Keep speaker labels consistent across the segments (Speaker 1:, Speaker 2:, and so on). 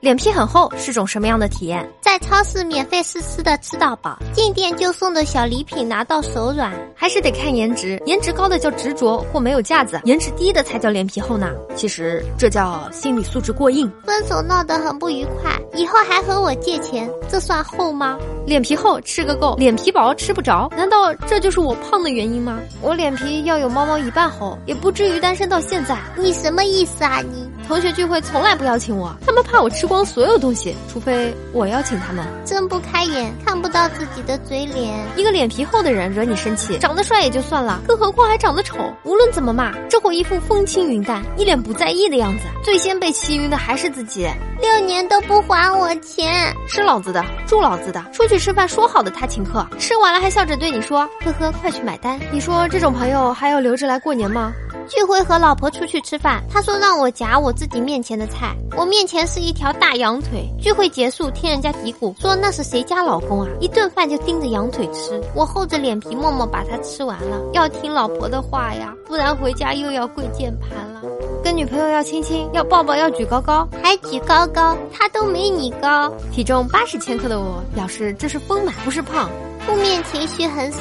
Speaker 1: 脸皮很厚是种什么样的体验？
Speaker 2: 在超市免费试吃的吃到饱，进店就送的小礼品拿到手软。
Speaker 1: 还是得看颜值，颜值高的叫执着或没有架子，颜值低的才叫脸皮厚呢。其实这叫心理素质过硬。
Speaker 2: 分手闹得很不愉快，以后还和我借钱，这算厚吗？
Speaker 1: 脸皮厚吃个够，脸皮薄吃不着。难道这就是我胖的原因吗？我脸皮要有猫猫一半厚，也不至于单身到现在。
Speaker 2: 你什么意思啊你？
Speaker 1: 同学聚会从来不邀请我，他们怕我吃光所有东西，除非我邀请他们。
Speaker 2: 睁不开眼，看不到自己的嘴脸。
Speaker 1: 一个脸皮厚的人惹你生气，长得帅也就算了，更何况还长得丑。无论怎么骂，这货一副风轻云淡，一脸不在意的样子。最先被气晕的还是自己，
Speaker 2: 六年都不还我钱，
Speaker 1: 吃老子的，住老子的，出去吃饭说好的他请客，吃完了还笑着对你说：“呵呵，快去买单。”你说这种朋友还要留着来过年吗？
Speaker 2: 聚会和老婆出去吃饭，她说让我夹我自己面前的菜，我面前是一条大羊腿。聚会结束，听人家嘀咕说那是谁家老公啊，一顿饭就盯着羊腿吃。我厚着脸皮默默把它吃完了。要听老婆的话呀，不然回家又要跪键盘了。
Speaker 1: 跟女朋友要亲亲，要抱抱，要举高高。
Speaker 2: 还举高高，她都没你高。
Speaker 1: 体重八十千克的我表示这是丰满，不是胖。
Speaker 2: 负面情绪很少，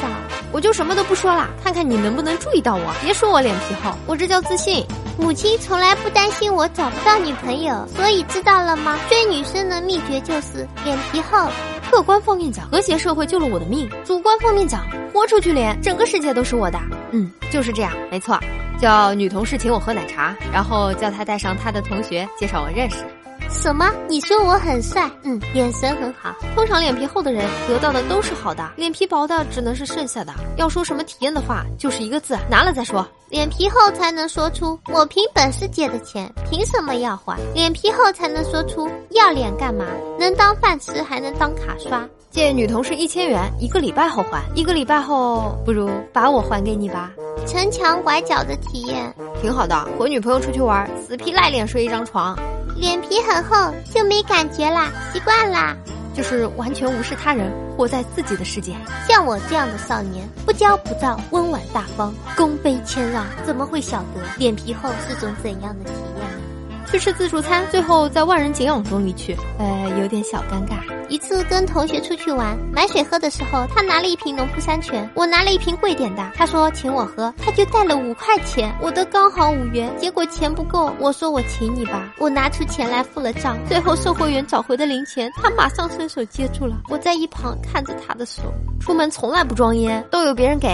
Speaker 1: 我就什么都不说啦，看看你能不能注意到我。别说我脸皮厚，我这叫自信。
Speaker 2: 母亲从来不担心我找不到女朋友，所以知道了吗？追女生的秘诀就是脸皮厚。
Speaker 1: 客观方面讲，和谐社会救了我的命；主观方面讲，豁出去脸，整个世界都是我的。嗯，就是这样，没错。叫女同事请我喝奶茶，然后叫她带上她的同学介绍我认识。
Speaker 2: 什么？你说我很帅？嗯，眼神很好。
Speaker 1: 通常脸皮厚的人得到的都是好的，脸皮薄的只能是剩下的。要说什么体验的话，就是一个字，拿了再说。
Speaker 2: 脸皮厚才能说出我凭本事借的钱，凭什么要还？脸皮厚才能说出要脸干嘛？能当饭吃还能当卡刷。
Speaker 1: 借女同事一千元，一个礼拜后还，一个礼拜后不如把我还给你吧。
Speaker 2: 城墙拐角的体验
Speaker 1: 挺好的，和女朋友出去玩，死皮赖脸睡一张床。
Speaker 2: 脸皮很厚就没感觉啦，习惯啦，
Speaker 1: 就是完全无视他人，活在自己的世界。
Speaker 2: 像我这样的少年，不骄不躁，温婉大方，功卑谦让，怎么会晓得脸皮厚是种怎样的体验呢？
Speaker 1: 去吃自助餐，最后在万人景仰中离去，呃，有点小尴尬。
Speaker 2: 一次跟同学出去玩，买水喝的时候，他拿了一瓶农夫山泉，我拿了一瓶贵点的。他说请我喝，他就带了五块钱，我的刚好五元，结果钱不够，我说我请你吧，我拿出钱来付了账。最后售货员找回的零钱，他马上伸手接住了。我在一旁看着他的手，
Speaker 1: 出门从来不装烟，都有别人给。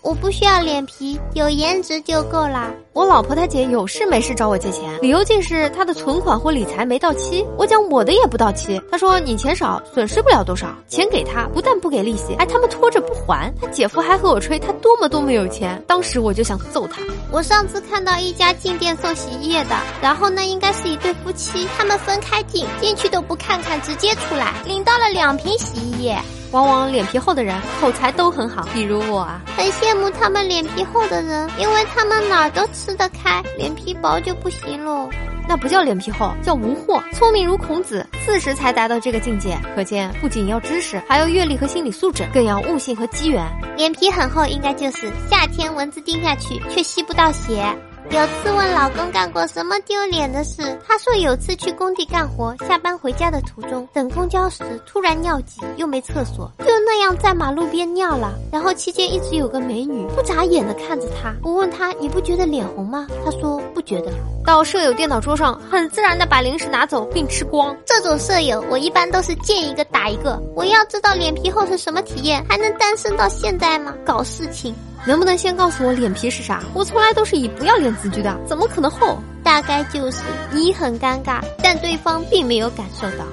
Speaker 2: 我不需要脸皮，有颜值就够啦。
Speaker 1: 我老婆她姐有事没事找我借钱，理由竟是她的存款或理财没到期。我讲我的也不到期，她说你钱少，损失不了多少。钱给她，不但不给利息，还他们拖着不还。她姐夫还和我吹她多么多么有钱，当时我就想揍他。
Speaker 2: 我上次看到一家进店送洗衣液的，然后那应该是一对夫妻，他们分开进，进去都不看看，直接出来，领到了两瓶洗衣液。
Speaker 1: 往往脸皮厚的人口才都很好，比如我啊，
Speaker 2: 很羡慕他们脸皮厚的人，因为他们哪儿都吃得开，脸皮薄就不行喽。
Speaker 1: 那不叫脸皮厚，叫无货。聪明如孔子，四十才达到这个境界，可见不仅要知识，还要阅历和心理素质，更要悟性和机缘。
Speaker 2: 脸皮很厚，应该就是夏天蚊子叮下去却吸不到血。有次问老公干过什么丢脸的事，他说有次去工地干活，下班回家的途中等公交时突然尿急，又没厕所，就那样在马路边尿了。然后期间一直有个美女不眨眼的看着他，我问他你不觉得脸红吗？他说不觉得。
Speaker 1: 到舍友电脑桌上，很自然的把零食拿走并吃光。
Speaker 2: 这种舍友我一般都是见一个打一个。我要知道脸皮厚是什么体验，还能单身到现在吗？搞事情。
Speaker 1: 能不能先告诉我脸皮是啥？我从来都是以不要脸自居的，怎么可能厚？
Speaker 2: 大概就是你很尴尬，但对方并没有感受到。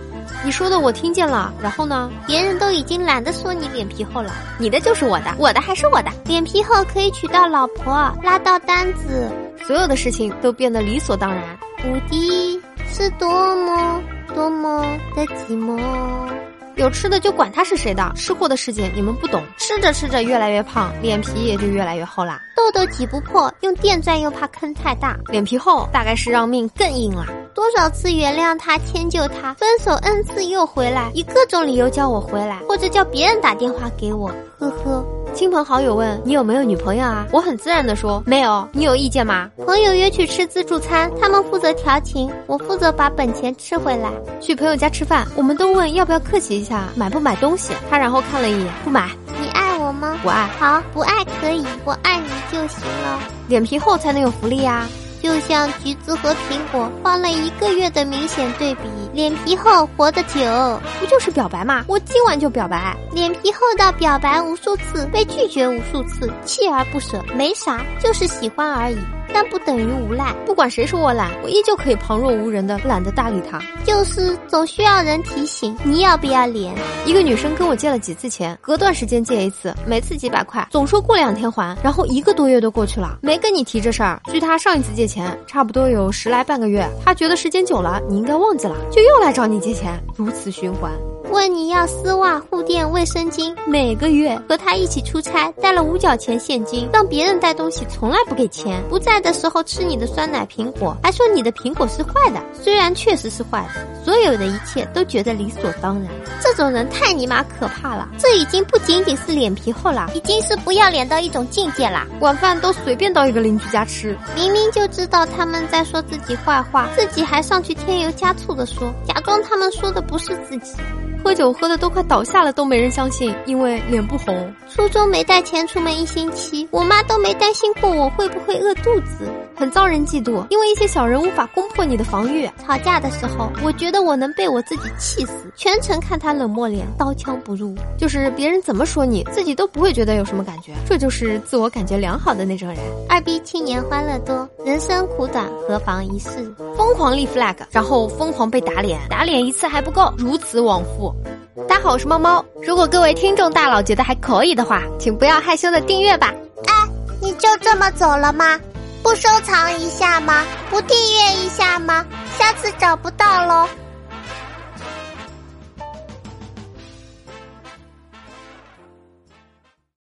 Speaker 1: 你说的我听见了，然后呢？
Speaker 2: 别人都已经懒得说你脸皮厚了，
Speaker 1: 你的就是我的，我的还是我的。
Speaker 2: 脸皮厚可以娶到老婆，啊拉到单子，
Speaker 1: 所有的事情都变得理所当然。
Speaker 2: 无敌是多么多么的寂寞。
Speaker 1: 有吃的就管他是谁的，吃货的世界你们不懂。吃着吃着越来越胖，脸皮也就越来越厚啦。
Speaker 2: 痘痘挤不破，用电钻又怕坑太大，
Speaker 1: 脸皮厚大概是让命更硬啦。
Speaker 2: 多少次原谅他，迁就他，分手 n 次又回来，以各种理由叫我回来，或者叫别人打电话给我，呵呵。
Speaker 1: 亲朋好友问你有没有女朋友啊，我很自然的说没有，你有意见吗？
Speaker 2: 朋友约去吃自助餐，他们负责调情，我负责把本钱吃回来。
Speaker 1: 去朋友家吃饭，我们都问要不要客气一下，买不买东西。他然后看了一眼，不买，
Speaker 2: 你爱我吗？
Speaker 1: 我爱，
Speaker 2: 好，不爱可以，我爱你就行了。
Speaker 1: 脸皮厚才能有福利啊呀、
Speaker 2: 就像橘子和苹果放了一个月的明显对比，脸皮厚活得久，
Speaker 1: 不就是表白嘛？我今晚就表白。
Speaker 2: 脸皮厚到表白无数次，被拒绝无数次，锲而不舍，没啥，就是喜欢而已，但不等于无赖，
Speaker 1: 不管谁说我懒，我依旧可以旁若无人的懒得搭理他。
Speaker 2: 就是总需要人提醒你要不要脸。
Speaker 1: 一个女生跟我借了几次钱，隔段时间借一次，每次几百块，总说过两天还，然后一个多月都过去了，没跟你提这事儿。据她上一次借钱，差不多有十来半个月，她觉得时间久了，你应该忘记了，就又来找你借钱，如此循环，
Speaker 2: 问你要丝袜、护垫、卫生巾，
Speaker 1: 每个月。
Speaker 2: 和他一起出差，带了五角钱现金，让别人带东西从来不给钱。不在的时候吃你的酸奶苹果，还说你的苹果是坏的，虽然确实是坏的，所有的一切都觉得理所当然。这种人太你妈可怕了！这已经不仅仅是脸皮厚了，已经是不要脸到一种境界啦。
Speaker 1: 晚饭都随便到一个邻居家吃，
Speaker 2: 明明就知道他们在说自己坏话，自己还上去添油加醋的说，假装他们说的不是自己。
Speaker 1: 喝酒喝的都快倒下了，都没人相信，因为脸不红。
Speaker 2: 初中没带钱出门一星期，我妈都没担心过我会不会饿肚子。
Speaker 1: 很遭人嫉妒，因为一些小人无法攻破你的防御。
Speaker 2: 吵架的时候，我觉得我能被我自己气死，全程看他冷漠脸，刀枪不入。
Speaker 1: 就是别人怎么说你，自己都不会觉得有什么感觉，这就是自我感觉良好的那种人。
Speaker 2: 二逼青年欢乐多，人生苦短，何妨一试。
Speaker 1: 疯狂立 flag，然后疯狂被打脸，打脸一次还不够，如此往复。大家好，我是猫猫。如果各位听众大佬觉得还可以的话，请不要害羞的订阅吧。
Speaker 2: 你就这么走了吗？不收藏一下吗？不订阅一下吗？下次找不到喽。